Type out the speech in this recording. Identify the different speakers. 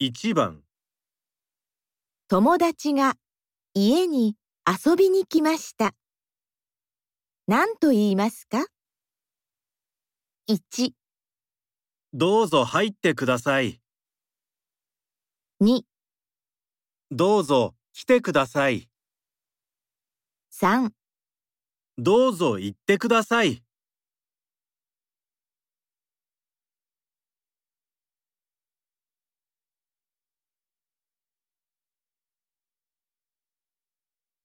Speaker 1: 1番、
Speaker 2: 友達が家に遊びに来ました。何と言いますか ?1、
Speaker 1: どうぞ入ってください。
Speaker 2: 2、
Speaker 1: どうぞ来てください。
Speaker 2: 3
Speaker 1: どうぞ行ってください。